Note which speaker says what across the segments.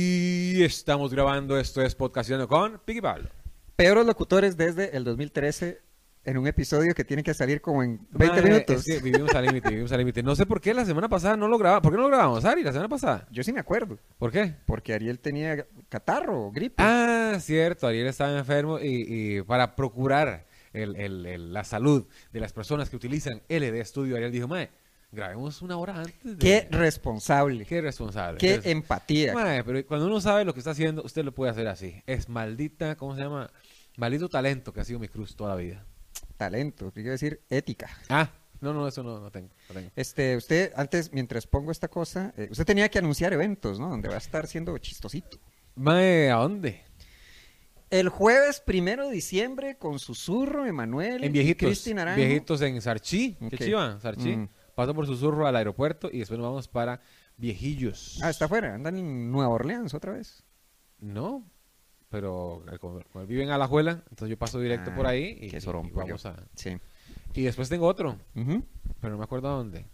Speaker 1: Y estamos grabando, esto es Podcastando con Piggy Pablo.
Speaker 2: Peores locutores desde el 2013 en un episodio que tiene que salir como en 20
Speaker 1: Madre,
Speaker 2: minutos.
Speaker 1: es que vivimos al límite, vivimos al límite. No sé por qué la semana pasada no lo grabamos. ¿Por qué no lo grabamos, Ari, la semana pasada?
Speaker 2: Yo sí me acuerdo,
Speaker 1: ¿Por qué?
Speaker 2: porque Ariel tenía catarro, gripe.
Speaker 1: Ah, cierto, Ariel estaba enfermo y, y para procurar el- el- el- la salud de las personas que utilizan LD Studio, Ariel dijo, mae, grabemos una hora antes. De...
Speaker 2: qué responsable,
Speaker 1: Qué responsable.
Speaker 2: qué
Speaker 1: Entonces,
Speaker 2: empatía.
Speaker 1: mae, pero cuando uno sabe lo que está haciendo, usted lo puede hacer así. Es maldita, ¿cómo se llama? Maldito talento que ha sido mi cruz toda la vida.
Speaker 2: talento, quiero decir ética.
Speaker 1: Ah, no, no, eso no, no tengo. No tengo.
Speaker 2: Este, usted antes, mientras pongo esta cosa, eh, usted tenía que anunciar eventos, ¿no? Donde va a estar siendo chistosito.
Speaker 1: Mae, ¿a dónde?
Speaker 2: El jueves primero de diciembre con Susurro, Emanuel,
Speaker 1: En
Speaker 2: y
Speaker 1: viejitos.
Speaker 2: Cristi Naranjo.
Speaker 1: Viejitos en Sarchí.
Speaker 2: Ok.
Speaker 1: Qué chiva, Sarchí.
Speaker 2: Mm.
Speaker 1: Paso por susurro al aeropuerto y después nos vamos para Viejillos.
Speaker 2: Ah, está afuera, andan en Nueva Orleans otra vez.
Speaker 1: No, pero al- como, como viven en Alajuela, entonces yo paso directo
Speaker 2: Ah,
Speaker 1: por ahí y, y-
Speaker 2: qué
Speaker 1: y
Speaker 2: sorompo yo.
Speaker 1: vamos a.
Speaker 2: Sí.
Speaker 1: Y después tengo otro,
Speaker 2: Ujú.
Speaker 1: pero no me acuerdo dónde.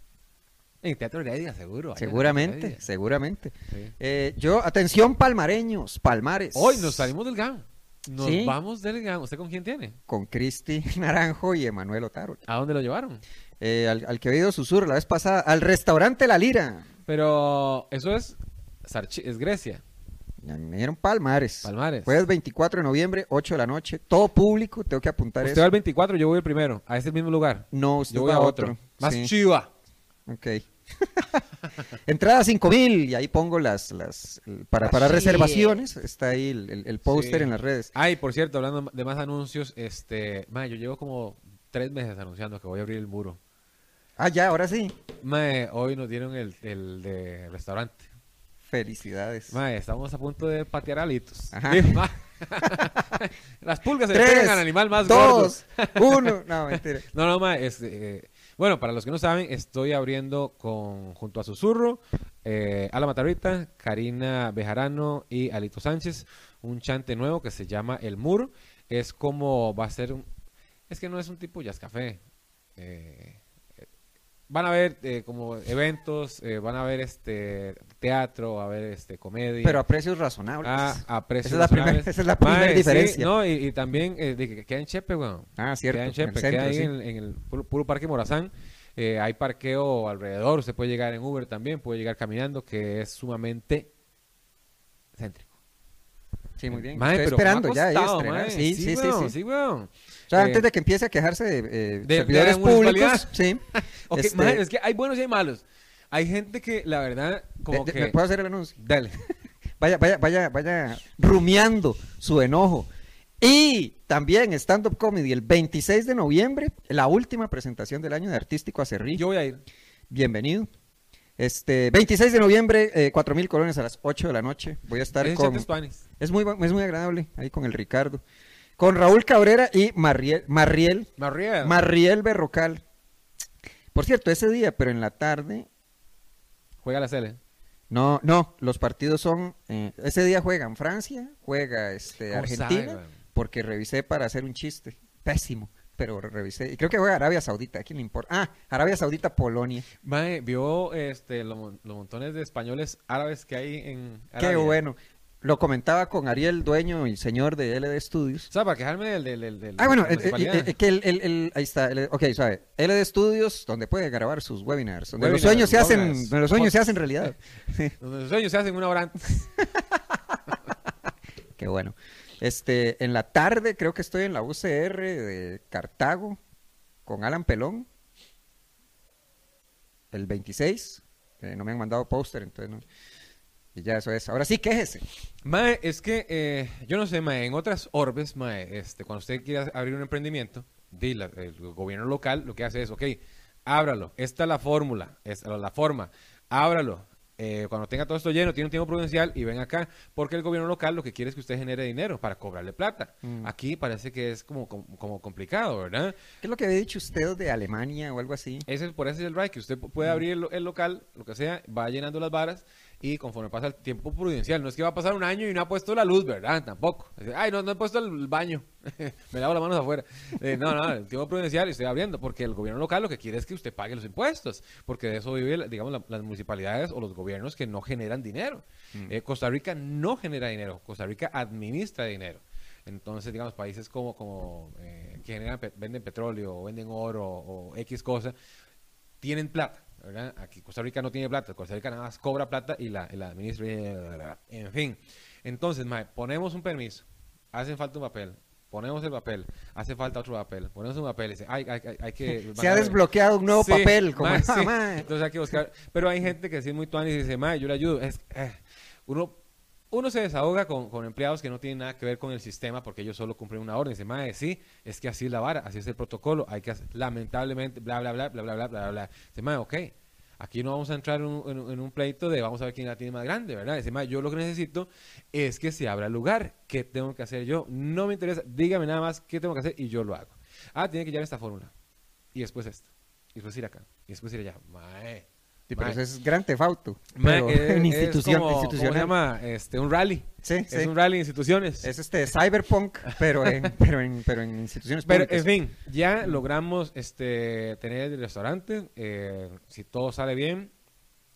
Speaker 1: En Teatro Heredia, seguro. ahí en
Speaker 2: Seguramente,
Speaker 1: Teatro
Speaker 2: seguramente.
Speaker 1: Heredia. Sí.
Speaker 2: Eh, yo, atención palmareños, palmares.
Speaker 1: Hoy nos salimos del GAM. Nos
Speaker 2: Sí.
Speaker 1: vamos del GAM. ¿Usted con quién tiene?
Speaker 2: Con Cristi Naranjo y Emanuel Otaro.
Speaker 1: ¿A dónde lo llevaron?
Speaker 2: Eh, al, al que había ido Susurro la vez pasada, al restaurante La Lira.
Speaker 1: Pero eso es Sarchi, es Grecia.
Speaker 2: Me dieron palmares.
Speaker 1: Palmares.
Speaker 2: Jueves 24 de noviembre, 8 de la noche. Todo público, tengo que apuntar
Speaker 1: Usted
Speaker 2: eso.
Speaker 1: va el 24, yo voy el primero, a ese mismo lugar.
Speaker 2: No, usted
Speaker 1: Yo voy
Speaker 2: va
Speaker 1: a otro. Más
Speaker 2: Sí,
Speaker 1: chiva.
Speaker 2: ok. Entrada 5000 y ahí pongo las. las para, para
Speaker 1: Así
Speaker 2: reservaciones, está ahí el, el- el póster
Speaker 1: Sí.
Speaker 2: en las redes.
Speaker 1: Ay, por cierto, hablando de más anuncios, este, mae, yo llevo como tres meses anunciando que voy a abrir el muro.
Speaker 2: Ah, ya, ahora sí.
Speaker 1: Mae, hoy nos dieron el, el de restaurante.
Speaker 2: Felicidades.
Speaker 1: Mae, estamos a punto de patear alitos.
Speaker 2: Ajá.
Speaker 1: Sí, mae. Las pulgas se le
Speaker 2: Tres,
Speaker 1: pegan al animal más gordo.
Speaker 2: dos, uno. No, mentira.
Speaker 1: No, no, mae, este, eh, bueno, para los que no saben, estoy abriendo con junto a Susurro, eh, Ala Matarrita, Karina Bejarano y Alito Sánchez, un chante nuevo que se llama El Muro. Es como va a ser un, es que no es un tipo jazz café. Eh, eh, van a haber eh, como eventos, eh, van a haber este teatro, va a haber este comedia.
Speaker 2: Pero a precios razonables.
Speaker 1: Ah, a precios
Speaker 2: Esa es la primer-
Speaker 1: razonables.
Speaker 2: esa es la primer
Speaker 1: Mae, sí,
Speaker 2: diferencia.
Speaker 1: no, y, y también eh, de que queda en Chepe, weón.
Speaker 2: Ah, cierto,
Speaker 1: Queda en
Speaker 2: en
Speaker 1: Chepe,
Speaker 2: el centro,
Speaker 1: queda ahí
Speaker 2: sí.
Speaker 1: en, en el puro, puro Parque Morazán. Eh, hay parqueo alrededor, usted puede llegar en Uber también, puede llegar caminando, que es sumamente céntrico.
Speaker 2: Sí, muy bien.
Speaker 1: Mae,
Speaker 2: Estoy
Speaker 1: pero me ha
Speaker 2: esperando ya ahí
Speaker 1: costado,
Speaker 2: estrenar.
Speaker 1: mae.
Speaker 2: Sí, sí, sí.
Speaker 1: weón,
Speaker 2: sí.
Speaker 1: sí, weón.
Speaker 2: O sea,
Speaker 1: Eh,
Speaker 2: antes de que empiece a quejarse de, eh,
Speaker 1: de- de
Speaker 2: servidores
Speaker 1: la municipalidad.
Speaker 2: públicos. Sí.
Speaker 1: ok,
Speaker 2: Este,
Speaker 1: mae, es que hay buenos y hay malos. Hay gente que, la verdad, como
Speaker 2: de- de-
Speaker 1: que...
Speaker 2: ¿Me puedo hacer el anuncio?
Speaker 1: Dale.
Speaker 2: Vaya, vaya, vaya, vaya rumiando su enojo. Y también Stand Up Comedy el 26 de noviembre, la última presentación del año de Artístico Acerrí.
Speaker 1: Yo voy a ir.
Speaker 2: Bienvenido. Este, 26 de noviembre, eh, 4.000 colones a las 8 de la noche. Voy a estar
Speaker 1: Es
Speaker 2: con...
Speaker 1: Chetes Tuanis.
Speaker 2: Es muy, bu- es muy agradable ahí con el Ricardo. Con Raúl Cabrera y Marriel, Marriel,
Speaker 1: Me arriesgo.
Speaker 2: Marriel Berrocal. Por cierto, ese día, pero en la tarde,
Speaker 1: Juega la Cele.
Speaker 2: no, no, los partidos son, eh, ese día juegan Francia, juega este,
Speaker 1: ¿Cómo sabe,
Speaker 2: Argentina,
Speaker 1: weón?
Speaker 2: porque revisé para hacer un chiste, pésimo, pero revisé, y creo que juega Arabia Saudita, ¿a quién le importa? Ah, Arabia Saudita, Polonia,
Speaker 1: Mae, vio este, lo mon- los montones de españoles árabes que hay en
Speaker 2: qué
Speaker 1: Arabia?
Speaker 2: bueno. Lo comentaba con Ariel, dueño y señor de LD Studios,
Speaker 1: O sea, para quejarme del... del, del, del-
Speaker 2: Ah, bueno,
Speaker 1: de la
Speaker 2: eh, eh,
Speaker 1: municipalidad.
Speaker 2: eh, que el, el- el- ahí está, el- ok, suave. LD Studios, donde puede grabar sus webinars, donde
Speaker 1: Webinars,
Speaker 2: los sueños se hacen,
Speaker 1: webinars,
Speaker 2: donde los sueños se
Speaker 1: podcasts.
Speaker 2: hacen realidad.
Speaker 1: Los sueños se hacen una hora antes.
Speaker 2: Qué bueno. Este, en la tarde creo que estoy en la UCR de Cartago con Alan Pelón. El 26. Eh, no me han mandado póster, entonces no. Y ya eso es. Ahora sí, quéjese.
Speaker 1: Mae, es que, eh, yo no sé, Mae, en otras orbes, Mae, este, cuando usted quiere abrir un emprendimiento, di, la- el gobierno local lo que hace es, ok, ábralo, esta es la fórmula, es la forma, ábralo. eh, cuando tenga todo esto lleno, tiene un tiempo prudencial y ven acá, porque el gobierno local lo que quiere es que usted genere dinero para cobrarle plata.
Speaker 2: Mm.
Speaker 1: Aquí parece que es como, como, como complicado, ¿verdad?
Speaker 2: ¿Qué es lo que había dicho usted de Alemania o algo así?
Speaker 1: Ese, por ese es el RAI, que usted pu- puede abrir el, lo- el local, lo que sea, va llenando las varas Y conforme pasa el tiempo prudencial, no es que va a pasar un año y no ha puesto la luz, ¿verdad? Tampoco. Es decir, Ay, no, no he puesto el baño. Me lavo las manos afuera. Eh, no, no, el tiempo prudencial y estoy abriendo, porque el gobierno local lo que quiere es que usted pague los impuestos, porque de eso vive, la- digamos, la- las municipalidades o los gobiernos que no generan dinero. Eh, Costa Rica no genera dinero, Costa Rica administra dinero. Entonces, digamos, países como, como eh, que generan, pe- venden petróleo o venden oro o X cosa, tienen plata, ¿verdad? Aquí Costa Rica no tiene plata, Costa Rica nada más cobra plata y la, y la administra. eh, y- En fin. Entonces, mae, ponemos un permiso, hacen falta un papel, ponemos el papel, hace falta otro papel, ponemos un papel, y dice, "Ay, hay, hay- hay que...
Speaker 2: Se ha desbloqueado un nuevo
Speaker 1: Sí,
Speaker 2: papel. Como,
Speaker 1: mae,
Speaker 2: ah,
Speaker 1: sí.
Speaker 2: mae.
Speaker 1: Entonces hay que buscar. Pero hay gente que sí es muy tuanis y dice, mae, yo le ayudo. Es, eh, uno, uno se desahoga con, con empleados que no tienen nada que ver con el sistema porque ellos solo cumplen una orden. Dice, mae, sí, es que así es la vara, así es el protocolo. Hay que, hacer- lamentablemente, bla, bla, bla, bla, bla, bla, bla, bla. Dice, mae, ok. Aquí no vamos a entrar en un, en un- en un pleito de vamos a ver quién la tiene más grande, ¿verdad? Dice, mae, yo lo que necesito es que se abra el lugar. ¿Qué tengo que hacer yo? No me interesa. Dígame nada más qué tengo que hacer y yo lo hago. Ah, tiene que llevar esta fórmula. Y después esto. Y después ir acá. Y después ir allá. Mae.
Speaker 2: Sí,
Speaker 1: Mae.
Speaker 2: pero eso es gran tefauto.
Speaker 1: Mae,
Speaker 2: Pero
Speaker 1: eh, es- es
Speaker 2: en institución,
Speaker 1: como- ¿cómo se
Speaker 2: institucional.
Speaker 1: llama? Este, un rally.
Speaker 2: Sí,
Speaker 1: es
Speaker 2: sí.
Speaker 1: un rally de instituciones.
Speaker 2: Es este cyberpunk, pero en, pero en, pero en instituciones
Speaker 1: Pero, en
Speaker 2: públicas.
Speaker 1: fin, ya logramos este, tener el restaurante. eh, si todo sale bien,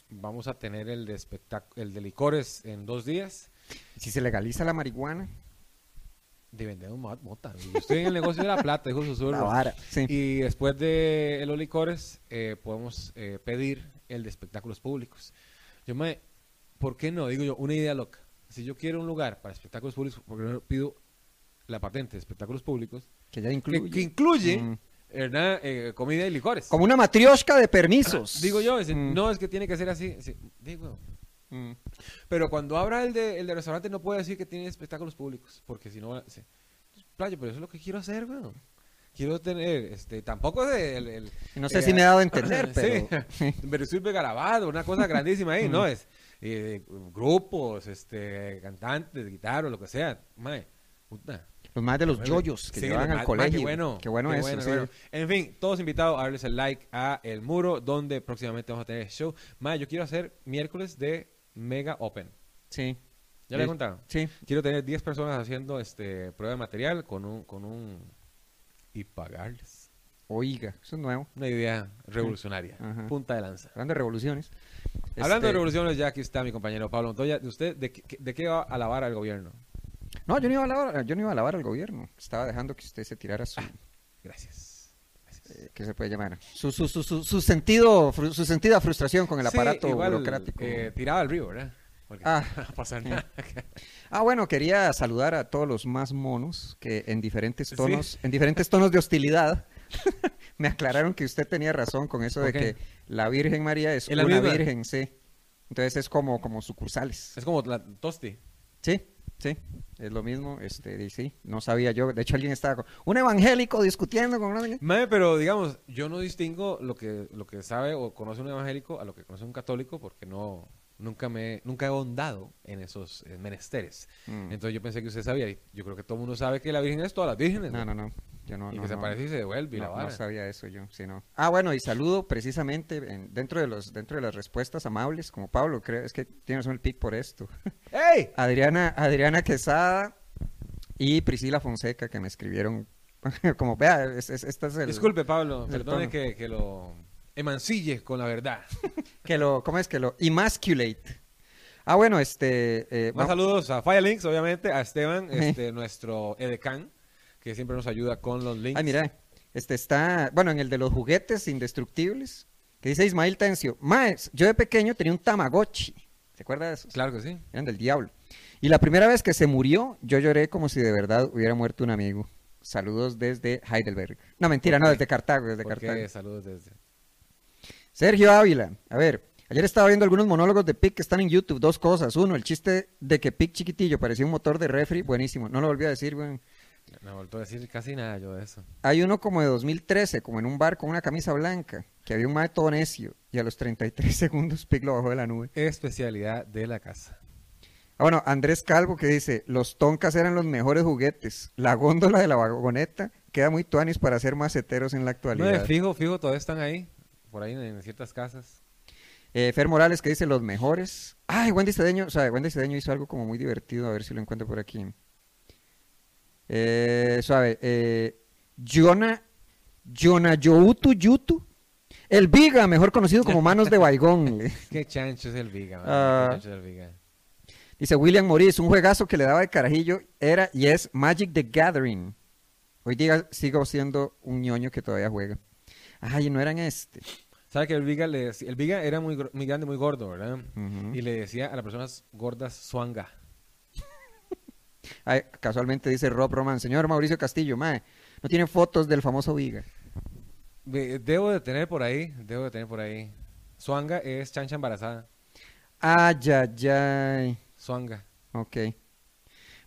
Speaker 1: vamos a tener el de, espectac- el de licores en dos días.
Speaker 2: Si se legaliza la marihuana,
Speaker 1: De vender un mo- mota. Yo estoy en el negocio de la plata, dijo
Speaker 2: la
Speaker 1: susurro.
Speaker 2: vara. Sí.
Speaker 1: Y después de los licores, eh, podemos eh, pedir el de espectáculos públicos. Yo me, ¿por qué no? Digo yo, una idea loca. Si yo quiero un lugar para espectáculos públicos, ¿por qué no pido la patente de espectáculos públicos?
Speaker 2: que ya
Speaker 1: Que
Speaker 2: incluye.
Speaker 1: que incluye,
Speaker 2: Mm.
Speaker 1: ¿verdad? Eh, comida y licores.
Speaker 2: Como una matrioshka de permisos.
Speaker 1: Digo yo, es decir,
Speaker 2: Mm.
Speaker 1: no es que tiene que ser así. Sí, digo,
Speaker 2: Mm.
Speaker 1: pero cuando abra el de, el de restaurante no puede decir que tiene espectáculos públicos, porque si no... se- Playo, pero eso es lo que quiero hacer, weón. Quiero tener, este, tampoco de, el- el-
Speaker 2: Y No sé
Speaker 1: eh,
Speaker 2: si me he dado a entender,
Speaker 1: sí,
Speaker 2: pero.
Speaker 1: Versuit Garabado, una cosa grandísima ahí, ¿no? Es eh, grupos, este, cantantes, guitarra, lo que sea. Mae, puta.
Speaker 2: Los más de los
Speaker 1: Mae,
Speaker 2: yoyos que
Speaker 1: sí,
Speaker 2: llevan
Speaker 1: mae,
Speaker 2: al
Speaker 1: mae,
Speaker 2: colegio.
Speaker 1: Qué bueno.
Speaker 2: Qué bueno eso. sí.
Speaker 1: bueno. En fin, todos invitados a darles el like a El Muro, donde próximamente vamos a tener show. Mae, yo quiero hacer miércoles de Mega Open.
Speaker 2: Sí.
Speaker 1: Ya le he
Speaker 2: Sí.
Speaker 1: contado.
Speaker 2: Sí.
Speaker 1: Quiero tener 10 personas haciendo este prueba de material con un, con un y pagarles.
Speaker 2: Oiga, eso es nuevo.
Speaker 1: Una idea revolucionaria.
Speaker 2: Ajá.
Speaker 1: Punta de lanza.
Speaker 2: Hablando de revoluciones.
Speaker 1: Hablando de
Speaker 2: Este,
Speaker 1: revoluciones, ya aquí está mi compañero Pablo Montoya. ¿De usted de, qué- de qué va a alabar al gobierno?
Speaker 2: No, yo no, iba a alabar, yo no iba a alabar al gobierno. Estaba dejando que usted se tirara su.
Speaker 1: Gracias. Gracias.
Speaker 2: eh, ¿Qué se puede llamar? Su, su, su, su, su sentido, fru- su sentida frustración con el
Speaker 1: Sí,
Speaker 2: aparato
Speaker 1: igual,
Speaker 2: burocrático.
Speaker 1: eh, tirado al río, ¿verdad? Porque
Speaker 2: Ah.
Speaker 1: no pasa nada.
Speaker 2: Ah, bueno, quería saludar a todos los más monos que en diferentes
Speaker 1: Sí.
Speaker 2: tonos, en diferentes tonos de hostilidad, me aclararon que usted tenía razón con eso de
Speaker 1: Ok.
Speaker 2: que la Virgen María es
Speaker 1: Es la
Speaker 2: una
Speaker 1: misma.
Speaker 2: virgen, sí. Entonces es como, como sucursales.
Speaker 1: Es como la tosti.
Speaker 2: Sí, sí, es lo mismo, este, y sí, no sabía yo, de hecho alguien estaba con un evangélico discutiendo con una...
Speaker 1: Mae, pero digamos, yo no distingo lo que, lo que sabe o conoce un evangélico a lo que conoce un católico porque no nunca me nunca he ahondado en esos eh, menesteres.
Speaker 2: Mm.
Speaker 1: Entonces yo pensé que usted sabía. y Yo creo que todo el mundo sabe que la Virgen es todas las vírgenes.
Speaker 2: No,
Speaker 1: güey.
Speaker 2: no, no, yo no...
Speaker 1: y
Speaker 2: no,
Speaker 1: que se
Speaker 2: no.
Speaker 1: aparece y se devuelve y la
Speaker 2: No,
Speaker 1: vara.
Speaker 2: no sabía eso yo, sí, no. Ah, bueno, y saludo precisamente en- dentro, de los, dentro de las respuestas amables, como Pablo, creo, es que tienes un pic por esto.
Speaker 1: ¡Ey!
Speaker 2: Ah, Adriana, Adriana Quesada y Priscila Fonseca que me escribieron como vea, es- es- este es el
Speaker 1: Disculpe, Pablo,
Speaker 2: el
Speaker 1: perdone
Speaker 2: tono.
Speaker 1: que, que lo emancille con la verdad.
Speaker 2: que lo ¿cómo es que lo emasculate? Ah, bueno, este eh,
Speaker 1: Más
Speaker 2: va-
Speaker 1: saludos a Firelinks, obviamente, a Esteban, este, nuestro edecán, que siempre nos ayuda con los links.
Speaker 2: Ay, mira, este está, bueno, en el de los juguetes indestructibles, que dice Ismael Tencio, "Maes, yo de pequeño tenía un Tamagotchi." ¿Se acuerda de eso?
Speaker 1: Claro que sí.
Speaker 2: Eran del diablo. Y la primera vez que se murió, yo lloré como si de verdad hubiera muerto un amigo. Saludos desde Heidelberg. No, mentira, no, desde Cartago, desde
Speaker 1: Porque
Speaker 2: Cartago.
Speaker 1: saludos desde.
Speaker 2: Sergio Ávila, a ver, ayer estaba viendo algunos monólogos de Pic que están en YouTube, dos cosas. Uno, el chiste de que Pic chiquitillo parecía un motor de refri, buenísimo, no lo volví a decir, weón.
Speaker 1: No voltó a decir casi nada yo de eso.
Speaker 2: Hay uno como de 2013, como en un bar con una camisa blanca, que había un mae todo necio, y a los 33 segundos Pic lo bajó de la nube.
Speaker 1: Especialidad de la casa.
Speaker 2: Ah, bueno, Andrés Calvo que dice, los toncas eran los mejores juguetes, la góndola de la vagoneta queda muy tuanis para ser maceteros en la
Speaker 1: No, de
Speaker 2: actualidad.
Speaker 1: fijo, fijo, todavía están ahí, por ahí en, en ciertas casas.
Speaker 2: Eh, Fer Morales que dice los mejores. Ay, Wendy Cedeño, o sea, Wendy Cedeño hizo algo como muy divertido, a ver si lo encuentro por aquí. Eh, suave, eh, Jonah, Jonah Youtu Yutu, el Viga, mejor conocido como Manos de Baigón. le-
Speaker 1: Qué chancho es el Viga, man,
Speaker 2: Ah.
Speaker 1: qué chancho es el Viga.
Speaker 2: Dice William Morris, un juegazo que le daba de carajillo era y es Magic the Gathering. Hoy día sigo siendo un ñoño que todavía juega. Ay, no eran este.
Speaker 1: ¿Sabe que el Viga, le decía- el Viga era muy, gr- muy grande, muy gordo, ¿verdad?
Speaker 2: Ujú.
Speaker 1: Y le decía a las personas gordas suanga.
Speaker 2: Ay, casualmente dice Rob Roman, señor Mauricio Castillo, mae, no tiene fotos del famoso Viga.
Speaker 1: Ve- Debo de tener por ahí, debo de tener por ahí. Suanga es chancha embarazada.
Speaker 2: Ay, ay, ay.
Speaker 1: Suanga.
Speaker 2: Ok.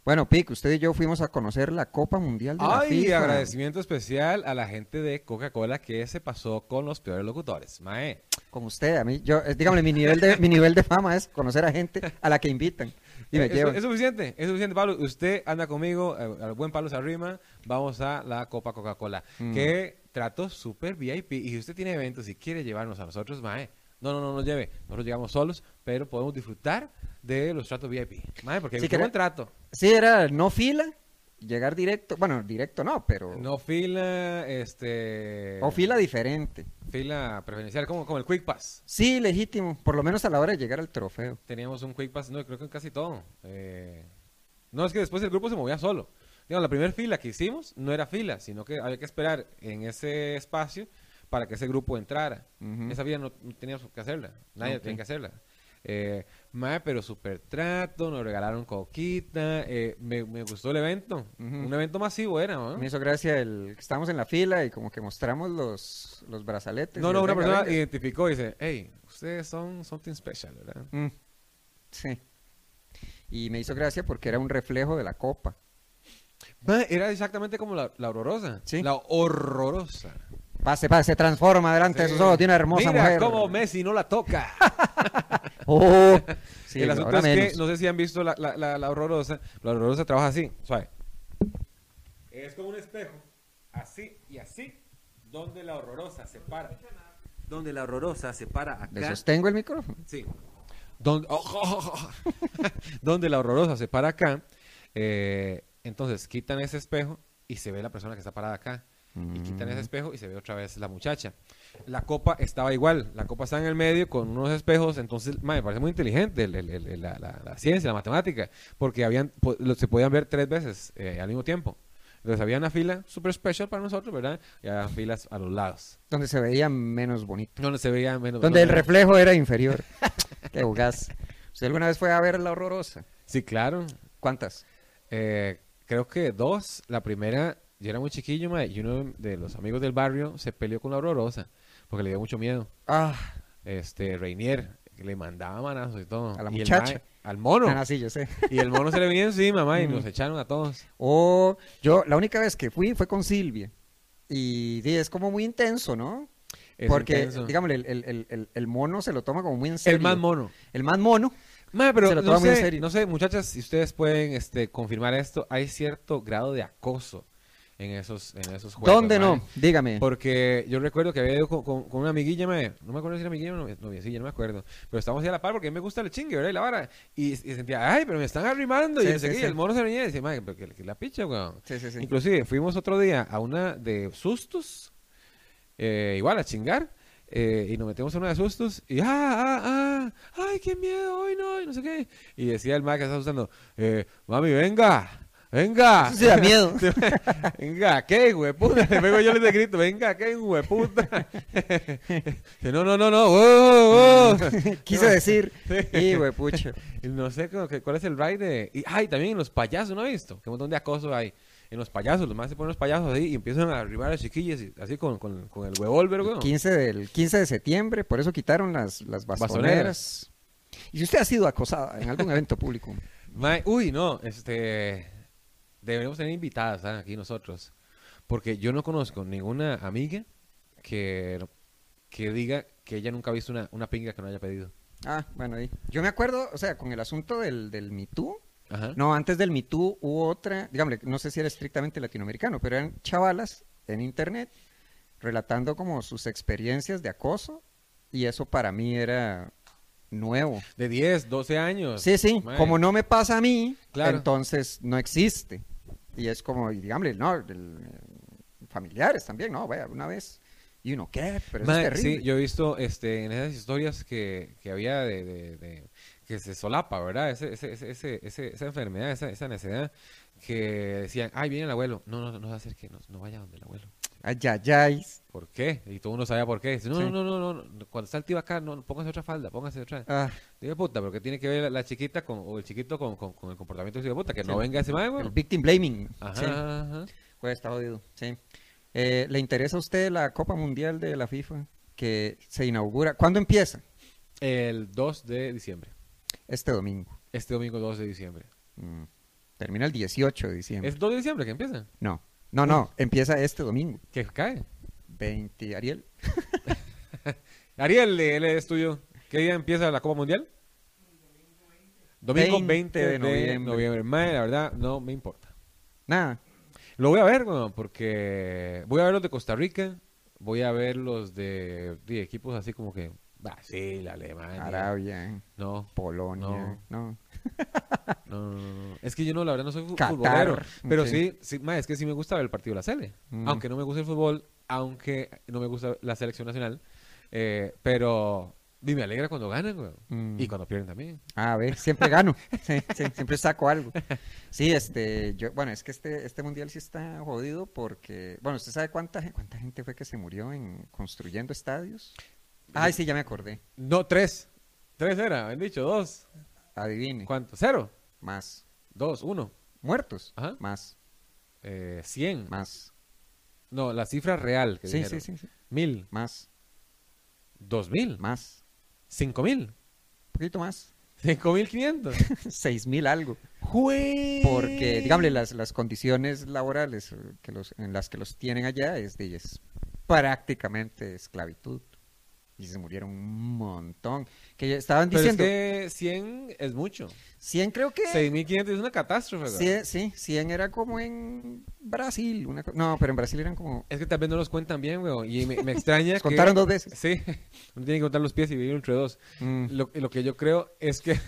Speaker 2: Bueno, Pic, usted y yo fuimos a conocer la Copa Mundial de la
Speaker 1: Ay,
Speaker 2: FIFA.
Speaker 1: agradecimiento especial a la gente de Coca-Cola que se pasó con los peores locutores. Mae.
Speaker 2: Con usted, a mí, yo, eh, dígame, mi nivel, de, mi nivel de fama es conocer a gente a la que invitan y me
Speaker 1: Eh, es,
Speaker 2: llevan.
Speaker 1: es suficiente, es suficiente, Pablo. Usted anda conmigo, eh, al buen Pablo se arrima, vamos a la Copa Coca-Cola.
Speaker 2: Mm.
Speaker 1: Que trato súper VIP. Y si usted tiene eventos y quiere llevarnos a nosotros, mae, no, no, no nos lleve. Nosotros llegamos solos, pero podemos disfrutar de los tratos VIP. Mae, porque
Speaker 2: Sí,
Speaker 1: es
Speaker 2: que
Speaker 1: un
Speaker 2: era-
Speaker 1: buen trato.
Speaker 2: Sí, era no fila, llegar directo, bueno, directo no, pero... eh,
Speaker 1: No fila, este...
Speaker 2: O fila diferente.
Speaker 1: Fila preferencial, como, como el Quick Pass.
Speaker 2: Sí, legítimo, por lo menos a la hora de llegar al trofeo.
Speaker 1: Teníamos un Quick Pass, no, creo que en casi todo. Eh, No, es que después el grupo se movía solo. Digamos, la primera fila que hicimos no era fila, sino que había que esperar en ese espacio para que ese grupo entrara.
Speaker 2: Ujú.
Speaker 1: Esa fila no, no teníamos que hacerla, nadie
Speaker 2: Ok.
Speaker 1: tenía que hacerla. Eh, mae, pero super trato, nos regalaron coquita, eh, me, me gustó el evento.
Speaker 2: Ujú.
Speaker 1: Un evento masivo era, ¿no?
Speaker 2: Me hizo gracia el que estábamos en la fila y como que mostramos los, los brazaletes.
Speaker 1: No,
Speaker 2: y
Speaker 1: no, una
Speaker 2: venga,
Speaker 1: persona
Speaker 2: venga.
Speaker 1: identificó y dice, hey, ustedes son something special, ¿verdad?
Speaker 2: Mm, Sí. Y me hizo gracia porque era un reflejo de la copa.
Speaker 1: Ma, Era exactamente como la, la horrorosa.
Speaker 2: Sí.
Speaker 1: La horrorosa.
Speaker 2: Pase, pase, se transforma delante de sus ojos de una hermosa
Speaker 1: Mira
Speaker 2: mujer.
Speaker 1: cómo Messi no la toca.
Speaker 2: Oh, sí,
Speaker 1: el asunto
Speaker 2: ahora
Speaker 1: es
Speaker 2: menos.
Speaker 1: que, no sé si han visto la, la- la- la horrorosa. La horrorosa trabaja así, suave. Es como un espejo, así y así, donde la horrorosa se para. Donde la horrorosa se para
Speaker 2: Le sostengo el micrófono.
Speaker 1: Sí. Donde, oh, donde la horrorosa se para acá, eh, entonces quitan ese espejo y se ve la persona que está parada acá. Y quitan
Speaker 2: Mm.
Speaker 1: ese espejo y se ve otra vez la muchacha. La copa estaba igual, la copa está en el medio con unos espejos, entonces mae, me parece muy inteligente el- el- el- la, la- la ciencia, la matemática, porque habían, po- lo- se podían ver tres veces eh, al mismo tiempo. Entonces había una fila super special para nosotros, ¿verdad? Y había filas a los lados,
Speaker 2: Donde se veía menos bonito.
Speaker 1: donde se veía menos.
Speaker 2: Donde el
Speaker 1: donde-
Speaker 2: reflejo era inferior. Qué jugás. ¿Usted alguna vez fue a ver La Horrorosa?
Speaker 1: Sí, claro.
Speaker 2: ¿Cuántas?
Speaker 1: Eh, creo que dos. La primera, yo era muy chiquillo, mae, y uno de los amigos del barrio se peleó con la Aurorosa porque le dio mucho miedo.
Speaker 2: Ah,
Speaker 1: Este, Reinier, que le mandaba manazos y todo.
Speaker 2: A la
Speaker 1: Y el
Speaker 2: muchacha.
Speaker 1: mae- al mono.
Speaker 2: ah, sí, yo sé.
Speaker 1: Y el mono se le venía encima, mae, y
Speaker 2: Mm.
Speaker 1: nos echaron a todos.
Speaker 2: O yo, la única vez que fui fue con Silvia. Y sí, es como muy intenso, ¿no?
Speaker 1: Es
Speaker 2: Porque,
Speaker 1: intenso.
Speaker 2: digámosle, el, el- el- el- el mono se lo toma como muy en serio.
Speaker 1: el más mono.
Speaker 2: El más mono.
Speaker 1: Mae, pero
Speaker 2: Se lo
Speaker 1: no
Speaker 2: toma muy en
Speaker 1: sé,
Speaker 2: serio.
Speaker 1: no sé, muchachas, si ustedes pueden este, confirmar esto, hay cierto grado de acoso en esos, en esos juegos.
Speaker 2: ¿Dónde
Speaker 1: mae.
Speaker 2: no? Dígame.
Speaker 1: Porque yo recuerdo que había ido con, con- con una amiguilla, mae, no me acuerdo si era amiguilla o novia- noviecilla, no me acuerdo. Pero estábamos ahí a la par porque a mí me gusta el chingue, ¿verdad? Y la vara. Y, y sentía, ay, pero me están arrimando.
Speaker 2: Sí,
Speaker 1: y no sé
Speaker 2: sí,
Speaker 1: qué, y
Speaker 2: sí.
Speaker 1: el mono se venía y decía, mae, pero que, que la picha, weón.
Speaker 2: Sí, sí, sí.
Speaker 1: Inclusive fuimos otro día a una de sustos, eh, igual a chingar. eh, y nos metemos a una de sustos y ¡ah, ah, ah! ¡ay, qué miedo! ¡ay, no! Y no sé qué. Y decía el mae que estaba asustando, eh, mami, venga, venga.
Speaker 2: Eso sí da miedo.
Speaker 1: Venga, qué hueputa. Luego yo le grito, venga, qué hueputa. Dice, no, no, no, no. oh, oh, oh".
Speaker 2: Quise decir.
Speaker 1: Sí.
Speaker 2: Y, güey, pucha.
Speaker 1: Y No sé como que- cuál es el ride de. Y, ay, también en los payasos, ¿no has visto? Qué montón de acoso hay. En los payasos, los más se ponen los payasos ahí y empiezan a arribar a las chiquillas, y- así con, con, con el huevolver,
Speaker 2: El
Speaker 1: weón.
Speaker 2: 15, del, 15 de septiembre, por eso quitaron las, las bastoneras.
Speaker 1: Bastoneras.
Speaker 2: Y si usted ha sido acosada en algún evento público,
Speaker 1: Mae, uy, no, este. Deberíamos tener invitadas ¿ah? aquí nosotros. Porque yo no conozco ninguna amiga que, que diga que ella nunca ha visto una, una pinga que no haya pedido.
Speaker 2: Ah, bueno, ahí. Yo me acuerdo, o sea, con el asunto del, del Me Too.
Speaker 1: Ajá.
Speaker 2: No, antes del Me Too hubo otra, dígame, no sé si era estrictamente latinoamericano, pero eran chavalas en internet relatando como sus experiencias de acoso. Y eso para mí era nuevo.
Speaker 1: De 10, 12 años.
Speaker 2: Sí, sí,
Speaker 1: Pues, Mae.
Speaker 2: como no me pasa a mí,
Speaker 1: Claro.
Speaker 2: entonces no existe. Y es como, y digámosle, no, el- familiares también, no, vaya, una vez. Y uno, ¿qué? Pero eso
Speaker 1: Mae,
Speaker 2: es terrible.
Speaker 1: Sí, yo he visto este, en esas historias que, que había de, de- de- que se solapa, ¿verdad? Ese, ese, ese- ese- ese- esa enfermedad, esa, esa necedad, que decían, ay, viene el abuelo. No, no, no se acerque, no, no vaya donde el abuelo.
Speaker 2: Ay, ay, ay.
Speaker 1: ¿Por qué? Y todo uno sabía por qué. Dice, no,
Speaker 2: Sí.
Speaker 1: no, no, no, no, no, cuando está el tío acá, no, no, póngase otra falda, póngase otra.
Speaker 2: Ah,
Speaker 1: Digo, puta, pero ¿qué tiene que ver la, la chiquita con, o el chiquito con, con- con el comportamiento de su hijo de puta? Que
Speaker 2: Sí.
Speaker 1: no venga ese mago.
Speaker 2: el victim blaming.
Speaker 1: Ajá,
Speaker 2: Sí,
Speaker 1: ajá.
Speaker 2: pues está jodido. Sí. Eh, ¿Le interesa a usted la Copa Mundial de la FIFA que se inaugura? ¿Cuándo empieza?
Speaker 1: El 2 de diciembre.
Speaker 2: Este domingo.
Speaker 1: Este domingo 2 de diciembre.
Speaker 2: Mm. Termina el 18 de diciembre.
Speaker 1: ¿Es 2 de diciembre que empieza?
Speaker 2: No, no, no, empieza este domingo.
Speaker 1: Que cae.
Speaker 2: 20, Ariel.
Speaker 1: Ariel, él es tuyo. ¿Qué día empieza la Copa Mundial? Domingo 20 de, noviembre. Mae, la verdad, no me importa.
Speaker 2: Nada.
Speaker 1: Lo voy a ver, weón, porque voy a ver los de Costa Rica, voy a ver los de, de equipos así como que Brasil, Alemania.
Speaker 2: Arabia, eh.
Speaker 1: No,
Speaker 2: Polonia, no.
Speaker 1: no, no, no, no. Es que yo no, la verdad, no soy fu-
Speaker 2: Qatar,
Speaker 1: futbolero. Pero
Speaker 2: ok.
Speaker 1: sí, sí mae, es que sí me gusta ver el partido de la Sele.
Speaker 2: Mm.
Speaker 1: Aunque no me gusta el fútbol, aunque no me gusta la selección nacional. eh, pero y me alegra cuando ganan, weón.
Speaker 2: Mm.
Speaker 1: Y cuando pierden también.
Speaker 2: A ver, siempre gano. Sí, sí, siempre saco algo. Sí, este, yo, bueno, es que este, este mundial sí está jodido porque, bueno, ¿usted sabe cuánta, gen- cuánta gente fue que se murió en construyendo estadios? Ay, sí, ya me acordé.
Speaker 1: No, tres. Tres era, han dicho, dos.
Speaker 2: Adivine.
Speaker 1: ¿Cuánto? Cero.
Speaker 2: Más.
Speaker 1: Dos, uno.
Speaker 2: Muertos.
Speaker 1: Ajá.
Speaker 2: Más,
Speaker 1: Eh, cien.
Speaker 2: más.
Speaker 1: No, la cifra real que
Speaker 2: Sí, sí,
Speaker 1: dijeron.
Speaker 2: sí, sí.
Speaker 1: Mil,
Speaker 2: Más,
Speaker 1: dos mil,
Speaker 2: más.
Speaker 1: cinco mil,
Speaker 2: Un poquito más.
Speaker 1: cinco mil quinientos.
Speaker 2: Seis mil algo.
Speaker 1: ¡Jue!
Speaker 2: porque digámosle las, las condiciones laborales eh, que los, en las que los tienen allá es de es prácticamente esclavitud y se murieron un montón que ya estaban
Speaker 1: Pero
Speaker 2: diciendo
Speaker 1: es que 100 es mucho.
Speaker 2: 100 creo que
Speaker 1: 6500 es una catástrofe. güey.
Speaker 2: 100, sí eh. 100 era como en Brasil una co- no pero en Brasil eran como
Speaker 1: Es que tal vez no los cuentan bien, güey. Y me, me extraña.
Speaker 2: Los
Speaker 1: que-
Speaker 2: contaron dos veces.
Speaker 1: Sí. Uno tiene que contar los pies y vivir entre dos.
Speaker 2: mm,
Speaker 1: Lo, lo que yo creo es que.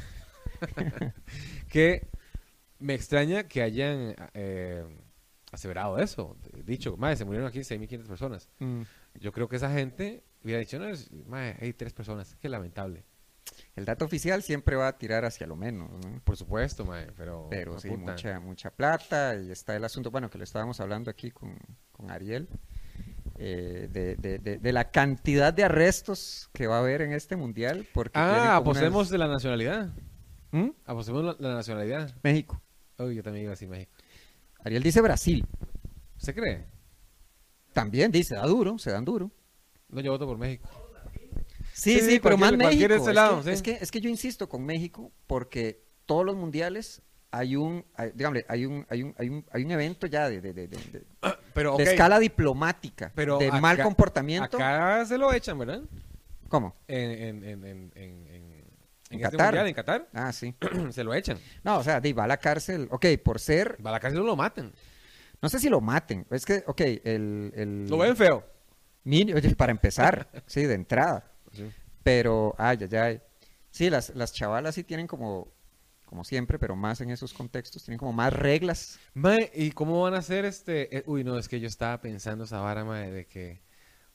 Speaker 1: que me extraña que hayan eh, aseverado eso. Dicho, madre, se murieron aquí 6500 personas.
Speaker 2: mm.
Speaker 1: Yo creo que esa gente hubiera dicho, no, es- madre, hay tres personas. Qué lamentable.
Speaker 2: el dato oficial siempre va a tirar hacia lo menos ¿no?
Speaker 1: Por supuesto, madre, pero.
Speaker 2: Pero
Speaker 1: hijo
Speaker 2: sí,
Speaker 1: de Ah, puta.
Speaker 2: mucha, mucha plata y está el asunto, bueno, que lo estábamos hablando aquí con, con Ariel, eh, de, de- de- de la cantidad de arrestos que va a haber en este mundial. Porque tiene
Speaker 1: Ah,
Speaker 2: como
Speaker 1: apostemos de la nacionalidad.
Speaker 2: unas- ¿Mm?
Speaker 1: Apostemos la, la nacionalidad.
Speaker 2: México.
Speaker 1: Uy, yo también iba así, México.
Speaker 2: Ariel dice Brasil.
Speaker 1: ¿Se cree?
Speaker 2: También dice, da duro, se dan duro.
Speaker 1: No, yo voto por México.
Speaker 2: Sí,
Speaker 1: Sí,
Speaker 2: sí,
Speaker 1: sí,
Speaker 2: pero más
Speaker 1: cualquier- cualquier
Speaker 2: México.
Speaker 1: de ese
Speaker 2: es,
Speaker 1: lado,
Speaker 2: que,
Speaker 1: sí.
Speaker 2: es, que, es que yo insisto con México porque todos los mundiales hay un, hay- digámosle, hay un, hay un, hay un, hay un evento ya de- de- de- de- de,
Speaker 1: Pero,
Speaker 2: de escala diplomática,
Speaker 1: Pero
Speaker 2: de mal
Speaker 1: acá-
Speaker 2: comportamiento.
Speaker 1: Acá se lo echan, ¿verdad?
Speaker 2: ¿Cómo?
Speaker 1: En, en, en, en, en, en- en este
Speaker 2: Qatar.
Speaker 1: mundial, en Qatar,
Speaker 2: Ah, sí.
Speaker 1: se lo echan.
Speaker 2: No, o sea, de, va a la cárcel, ok, por ser,
Speaker 1: Va a la cárcel no lo matan.
Speaker 2: no sé si lo maten, es que, ok, el... el
Speaker 1: Lo ven feo.
Speaker 2: Mini- oye, para empezar, sí, de entrada, pero, ay, ay, ay. Sí, las, las chavalas sí tienen como, como siempre, pero más en esos contextos, tienen como más reglas.
Speaker 1: Mae, ¿y cómo van a hacer este? eh, uy, no, es que yo estaba pensando esa vara, mae, de que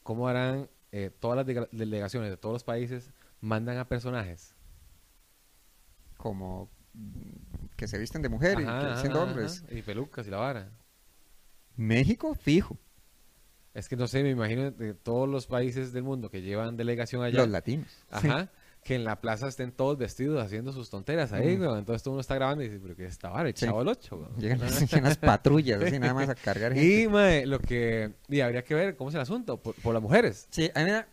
Speaker 1: cómo harán eh, todas las dega- delegaciones de todos los países mandan a personajes.
Speaker 2: como mm, que se visten de mujer
Speaker 1: Ajá,
Speaker 2: y que
Speaker 1: ajá,
Speaker 2: siendo
Speaker 1: ajá,
Speaker 2: hombres.
Speaker 1: ajá, Y pelucas y la vara.
Speaker 2: México, fijo,
Speaker 1: Es que no sé, me imagino de todos los países del mundo que llevan delegación allá.
Speaker 2: los latinos.
Speaker 1: Ajá. Que en la plaza estén todos vestidos haciendo sus tonteras ahí,
Speaker 2: Mm.
Speaker 1: weón. Entonces todo uno está grabando y dice, pero que esta vara, el
Speaker 2: Sí.
Speaker 1: chavo el ocho, weón.
Speaker 2: Llegan las, llegan las patrullas, así nada más a cargar gente.
Speaker 1: Y, mae, lo que... Y habría que ver cómo es el asunto, por, por las mujeres.
Speaker 2: Sí, a mí me da-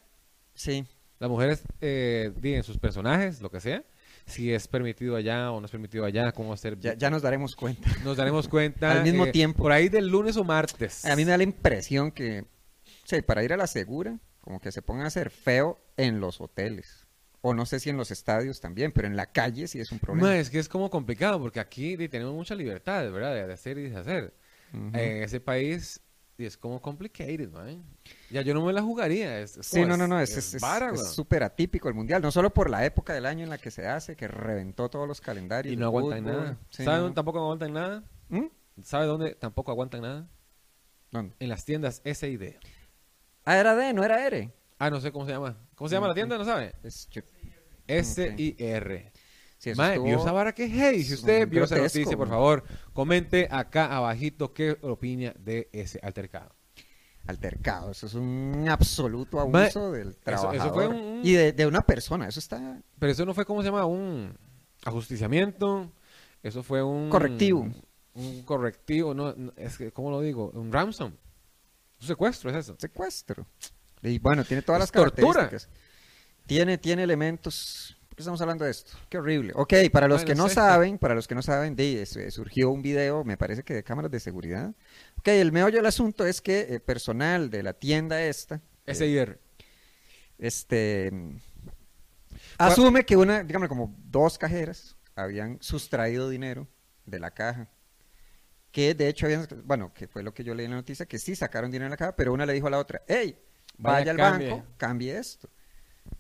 Speaker 2: Sí,
Speaker 1: Las mujeres, eh, di, en sus personajes, lo que sea, si es permitido allá o no es permitido allá, cómo hacer...
Speaker 2: ya, ya nos daremos cuenta.
Speaker 1: Nos daremos cuenta... eh,
Speaker 2: Al mismo tiempo.
Speaker 1: Por ahí del lunes o martes.
Speaker 2: A mí me da la impresión que, sí, para ir a la segura, como que se pongan a hacer feo en los hoteles. O no sé si en los estadios también, pero en la calle sí es un problema.
Speaker 1: Mae, es que es como complicado, porque aquí di, tenemos mucha libertad, ¿verdad? De, de hacer y deshacer.
Speaker 2: Ujú.
Speaker 1: En eh, ese país y es como complicated, man. Ya yo no me la jugaría. Es, es-
Speaker 2: Sí,
Speaker 1: oh,
Speaker 2: no, no, no, es
Speaker 1: es,
Speaker 2: es- es-
Speaker 1: vara,
Speaker 2: es
Speaker 1: weón.
Speaker 2: súper atípico el mundial, no solo por la época del año en la que se hace, que reventó todos los calendarios.
Speaker 1: Y
Speaker 2: de
Speaker 1: no aguantan
Speaker 2: fútbol.
Speaker 1: nada.
Speaker 2: Sí,
Speaker 1: ¿Saben
Speaker 2: no,
Speaker 1: dónde tampoco aguantan nada?
Speaker 2: no. ¿Mm?
Speaker 1: ¿Sabe dónde tampoco aguantan nada?
Speaker 2: ¿Dónde?
Speaker 1: En las tiendas S&D.
Speaker 2: Ah, era D, no era R.
Speaker 1: Ah, no sé cómo se llama. ¿Cómo se llama
Speaker 2: Mm,
Speaker 1: la tienda? ¿No sabe?
Speaker 2: Es- yo-
Speaker 1: S-I-R.
Speaker 2: sí, eso
Speaker 1: Mae,
Speaker 2: estuvo-
Speaker 1: vio esa vara que hey, si
Speaker 2: es
Speaker 1: usted
Speaker 2: un
Speaker 1: vio esa
Speaker 2: grotesco,
Speaker 1: noticia, por
Speaker 2: man.
Speaker 1: favor, comente acá abajito qué opina de ese altercado.
Speaker 2: altercado. Eso es un absoluto
Speaker 1: Ma-
Speaker 2: abuso del
Speaker 1: eso
Speaker 2: trabajador.
Speaker 1: fue un- un-
Speaker 2: Y de, de una persona, eso está
Speaker 1: Pero eso no fue, ¿cómo se llama? Un ajusticiamiento. Eso fue un...
Speaker 2: Correctivo.
Speaker 1: Un correctivo, no, no, es que, ¿cómo lo digo? Un ransom. Un secuestro, es eso.
Speaker 2: secuestro. Y bueno, tiene todas
Speaker 1: Es
Speaker 2: las
Speaker 1: tortura.
Speaker 2: características. Tiene, tiene elementos. ¿Por qué estamos hablando de esto? Qué horrible. Ok, para los
Speaker 1: Ay,
Speaker 2: que
Speaker 1: no
Speaker 2: no
Speaker 1: sé.
Speaker 2: saben, para los que no saben, de, es- eh, surgió un video, me parece que de cámaras de seguridad. Ok, el meollo del asunto es que eh, personal de la tienda esta, eh,
Speaker 1: S.I.R.
Speaker 2: este mm, asume que una, dígame, como dos cajeras habían sustraído dinero de la caja. Que de hecho habían, bueno, que fue lo que yo leí en la noticia, que sí sacaron dinero de la caja, pero una le dijo a la otra, hey,
Speaker 1: Vaya,
Speaker 2: vaya, al
Speaker 1: cambie".
Speaker 2: banco, cambie esto.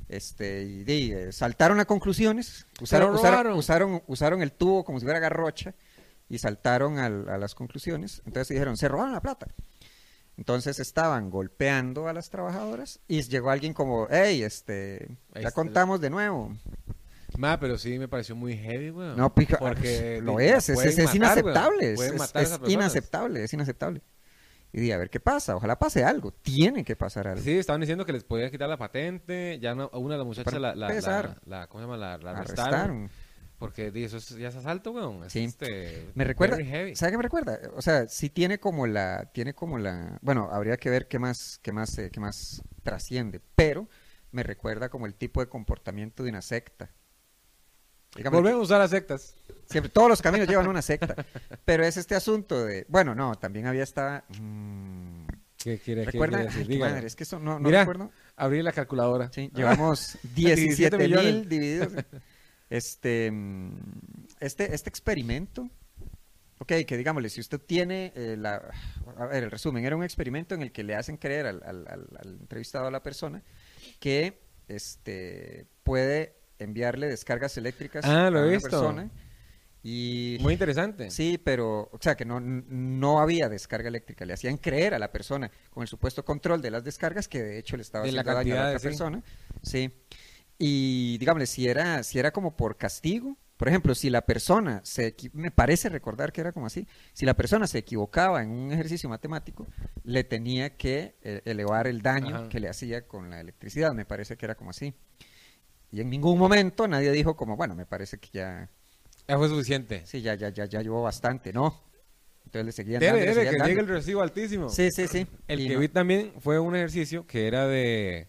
Speaker 2: Este, y, di, eh, saltaron a conclusiones,
Speaker 1: Pero
Speaker 2: usaron, usaron,
Speaker 1: robaron.
Speaker 2: usaron, usaron el tubo como si fuera garrocha y saltaron al- a las conclusiones. Entonces dijeron, se robaron la plata. Entonces estaban golpeando a las trabajadoras y llegó alguien como, hey, este,
Speaker 1: Ahí
Speaker 2: ya
Speaker 1: está.
Speaker 2: contamos de nuevo.
Speaker 1: Ma, pero sí me pareció muy heavy, weón.
Speaker 2: No, pica- pues,
Speaker 1: Porque
Speaker 2: lo
Speaker 1: di- la
Speaker 2: es, es,
Speaker 1: pueden
Speaker 2: es- es
Speaker 1: matar, weón.
Speaker 2: inaceptable, es,
Speaker 1: Pueden
Speaker 2: es-
Speaker 1: matar a
Speaker 2: es
Speaker 1: esas personas.
Speaker 2: inaceptable, es inaceptable. Y di, a ver qué pasa, ojalá pase algo, tiene que pasar algo.
Speaker 1: Sí, estaban diciendo que les podían quitar la patente. Ya no- a una de las muchachas
Speaker 2: Para
Speaker 1: la, la, la,
Speaker 2: empezar.
Speaker 1: la- ¿cómo se llama? La, la arrestaron.
Speaker 2: Arrestaron.
Speaker 1: Porque di, eso es, ya es asalto, weón. Es,
Speaker 2: Sí.
Speaker 1: este,
Speaker 2: Me recuerda,
Speaker 1: very heavy.
Speaker 2: ¿sabe qué me recuerda? O sea, sí tiene como la, tiene como la, bueno, habría que ver qué más, qué más, eh, qué más trasciende, pero me recuerda como el tipo de comportamiento de una secta. Dígame,
Speaker 1: Volvemos a usar las sectas.
Speaker 2: Siempre, todos los caminos llevan a una secta. Pero es este asunto de. Bueno, no, también había esta. mm,
Speaker 1: ¿Qué quiere, qué
Speaker 2: ¿Recuerdan?
Speaker 1: quiere decir?
Speaker 2: Ay, qué
Speaker 1: Dígalo.
Speaker 2: madre, es que eso no, no
Speaker 1: Mira.
Speaker 2: recuerdo.
Speaker 1: Abrí la calculadora. Ah,
Speaker 2: Sí, llevamos 17
Speaker 1: millones.
Speaker 2: mil divididos. Este, mm, este, este experimento. Ok, que digámosle, si usted tiene eh, la. A ver, el resumen, era un experimento en el que le hacen creer al, al- al- al entrevistado a la persona que este puede enviarle descargas eléctricas
Speaker 1: Ah, lo
Speaker 2: a
Speaker 1: he
Speaker 2: una
Speaker 1: visto.
Speaker 2: persona. Y
Speaker 1: Muy interesante.
Speaker 2: Sí, pero, o sea, que no, no había descarga eléctrica. Le hacían creer a la persona con el supuesto control de las descargas que de hecho le estaba
Speaker 1: De la
Speaker 2: haciendo daño a
Speaker 1: cantidad
Speaker 2: la
Speaker 1: de-
Speaker 2: otra
Speaker 1: sí.
Speaker 2: persona. Sí. Y digámosle, si era, si era como por castigo, por ejemplo, si la persona se equi- me parece recordar que era como así, si la persona se equivocaba en un ejercicio matemático, le tenía que eh, elevar el daño
Speaker 1: Ajá.
Speaker 2: que le hacía con la electricidad, me parece que era como así. Y en ningún momento nadie dijo como, bueno, me parece que ya
Speaker 1: Ya fue suficiente.
Speaker 2: Sí, ya, ya, ya, ya llevó bastante, ¿no? Entonces le seguían
Speaker 1: Debe,
Speaker 2: dando, le
Speaker 1: debe, que
Speaker 2: seguían dando.
Speaker 1: llegue el recibo altísimo.
Speaker 2: Sí, sí, sí.
Speaker 1: El
Speaker 2: Y
Speaker 1: que
Speaker 2: no-
Speaker 1: vi también fue un ejercicio que era de,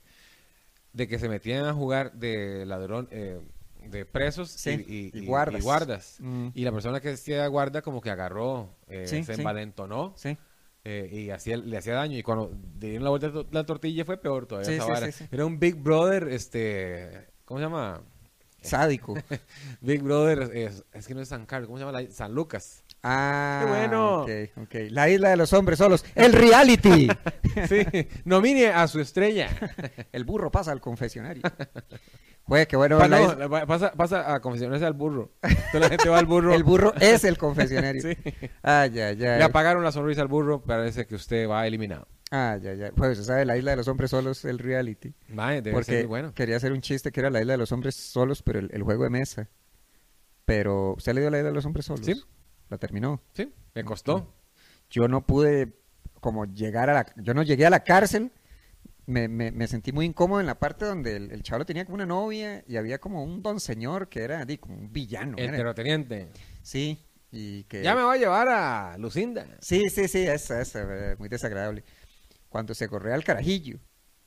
Speaker 1: de que se metían a jugar de ladrón, eh, de presos
Speaker 2: Sí,
Speaker 1: y,
Speaker 2: y guardas.
Speaker 1: Y, guardas.
Speaker 2: Mm.
Speaker 1: Y la persona que hacía guarda como que agarró, eh,
Speaker 2: Sí,
Speaker 1: se
Speaker 2: sí.
Speaker 1: envalentonó
Speaker 2: Sí.
Speaker 1: eh, y hacía, le hacía daño. Y cuando le dieron la vuelta a to- la tortilla fue peor todavía.
Speaker 2: Sí,
Speaker 1: esa
Speaker 2: sí,
Speaker 1: vara.
Speaker 2: sí, sí.
Speaker 1: Era un Big Brother, este, ¿cómo se llama?
Speaker 2: Sádico.
Speaker 1: Big Brother, es, es que no es San Carlos, ¿cómo se llama? la- San Lucas.
Speaker 2: Ah,
Speaker 1: Qué bueno.
Speaker 2: ok, ok. La isla de los hombres solos. ¡El reality!
Speaker 1: Sí, nomine a su estrella.
Speaker 2: el burro pasa al confesionario. Jue, qué bueno.
Speaker 1: Pa-
Speaker 2: la
Speaker 1: no,
Speaker 2: isla-
Speaker 1: la- pasa, pasa a confesionarse al burro. Entonces la gente va al burro.
Speaker 2: El burro es el confesionario.
Speaker 1: Sí.
Speaker 2: Ay, ay, ay.
Speaker 1: Le apagaron la sonrisa al burro, parece que usted va eliminado.
Speaker 2: Ay, ay, ay. Pues, ¿sabe? La isla de los hombres solos, el reality.
Speaker 1: Mae, debe
Speaker 2: Porque
Speaker 1: ser muy bueno.
Speaker 2: quería hacer un chiste que era la isla de los hombres solos, pero el, el juego de mesa. Pero, ¿usted ha leído la isla de los hombres solos?
Speaker 1: Sí.
Speaker 2: La terminó.
Speaker 1: Sí, me costó.
Speaker 2: yo no pude como llegar a la, yo no llegué a la cárcel, me, me- me sentí muy incómodo en la parte donde el, el chaval tenía como una novia y había como un don señor que era di, como un villano.
Speaker 1: El
Speaker 2: era-
Speaker 1: terrateniente.
Speaker 2: Sí, y que...
Speaker 1: Ya me va a llevar a Lucinda.
Speaker 2: Sí, sí, sí, esa, esa, eh, muy desagradable. Cuando se corre al carajillo,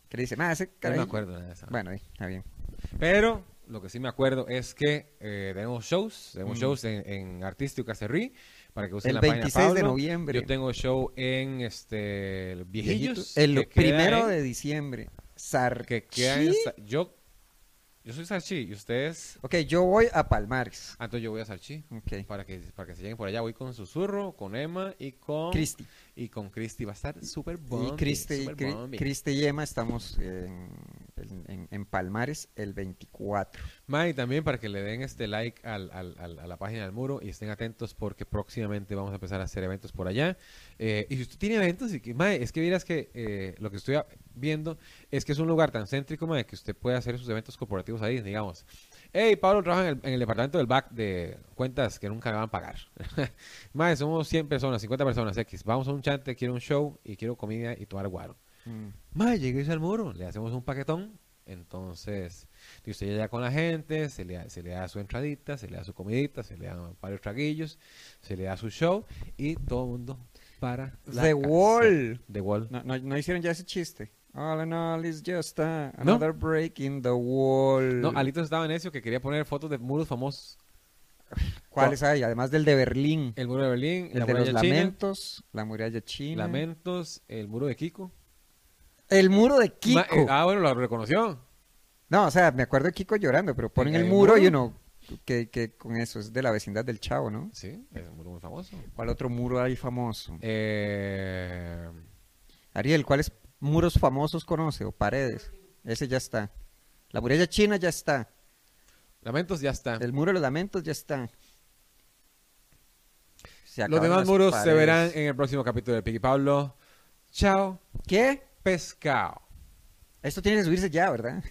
Speaker 2: que le dice, más ese
Speaker 1: No me
Speaker 2: carajillo...
Speaker 1: acuerdo nada de esa.
Speaker 2: bueno, ahí, está bien.
Speaker 1: Pero lo que sí me acuerdo es que eh, tenemos shows, tenemos
Speaker 2: Mm.
Speaker 1: shows en, en Artístico Cacerrí para que usen
Speaker 2: El
Speaker 1: la página
Speaker 2: 26 de
Speaker 1: Pablo.
Speaker 2: noviembre.
Speaker 1: Yo tengo show en este el Viejillos.
Speaker 2: El
Speaker 1: que queda
Speaker 2: primero
Speaker 1: en-
Speaker 2: de diciembre,
Speaker 1: que queda en
Speaker 2: Sarchi-
Speaker 1: Sa- yo Yo soy Sarchi y ustedes.
Speaker 2: Ok, yo voy a Palmares.
Speaker 1: Ah, entonces yo voy a Sarchi.
Speaker 2: Ok.
Speaker 1: Para que, para que se lleguen por allá, voy con Susurro, con Emma y con.
Speaker 2: Cristi.
Speaker 1: Y con Cristi. Va a estar súper
Speaker 2: Y
Speaker 1: bombi.
Speaker 2: Cristi y,
Speaker 1: súper
Speaker 2: Cri-
Speaker 1: bombi.
Speaker 2: Cristi y Emma estamos en, en- en- en Palmares el 24.
Speaker 1: Ma, y también para que le den este like al, al- al- a la página del muro y estén atentos porque próximamente vamos a empezar a hacer eventos por allá. Eh, y si usted tiene eventos, y que, ma, es que miras que eh, lo que estoy a- viendo es que es un lugar tan céntrico ma, que usted puede hacer sus eventos corporativos ahí, digamos. Hey, Pablo trabaja en el, en el departamento del back de cuentas que nunca le van a pagar. Mae, somos 100 personas, 50 personas X. Vamos a un chante, quiero un show y quiero comida y tomar guaro.
Speaker 2: Mm.
Speaker 1: Mae, lleguéis al muro, le hacemos un paquetón. Entonces, y usted llega con la gente, se le, da- se le da su entradita, se le da su comidita, se le dan varios traguillos, se le da su show y todo el mundo para la
Speaker 2: The
Speaker 1: casa.
Speaker 2: Wall.
Speaker 1: The Wall.
Speaker 2: No, no, no hicieron ya ese chiste. All in all, it's just a- another break in the wall.
Speaker 1: No, Alito estaba en eso que quería poner fotos de muros famosos.
Speaker 2: ¿Cuáles hay? Además del de Berlín.
Speaker 1: El muro de Berlín,
Speaker 2: El
Speaker 1: la
Speaker 2: de los
Speaker 1: muralla china,
Speaker 2: lamentos, la muralla china.
Speaker 1: Lamentos, el muro de Kiko.
Speaker 2: El muro de Kiko.
Speaker 1: Ma- eh, ah, bueno, lo reconoció.
Speaker 2: No, o sea, me acuerdo de Kiko llorando, pero ponen
Speaker 1: ¿El
Speaker 2: el muro
Speaker 1: muro?
Speaker 2: y uno que, que con eso es de la vecindad del Chavo, ¿no?
Speaker 1: Sí, es un muro muy famoso.
Speaker 2: ¿Cuál otro muro hay famoso?
Speaker 1: Eh,
Speaker 2: Ariel, ¿cuáles muros famosos conoce o paredes? Ese ya está. La muralla china ya está.
Speaker 1: Lamentos ya está.
Speaker 2: El muro de los lamentos ya está. Se
Speaker 1: Los
Speaker 2: acabaron
Speaker 1: demás
Speaker 2: las
Speaker 1: muros se
Speaker 2: paredes.
Speaker 1: verán en el próximo capítulo de Piqui Pablo. Chao,
Speaker 2: ¿Qué?
Speaker 1: pescado.
Speaker 2: Esto tiene que subirse ya, ¿verdad?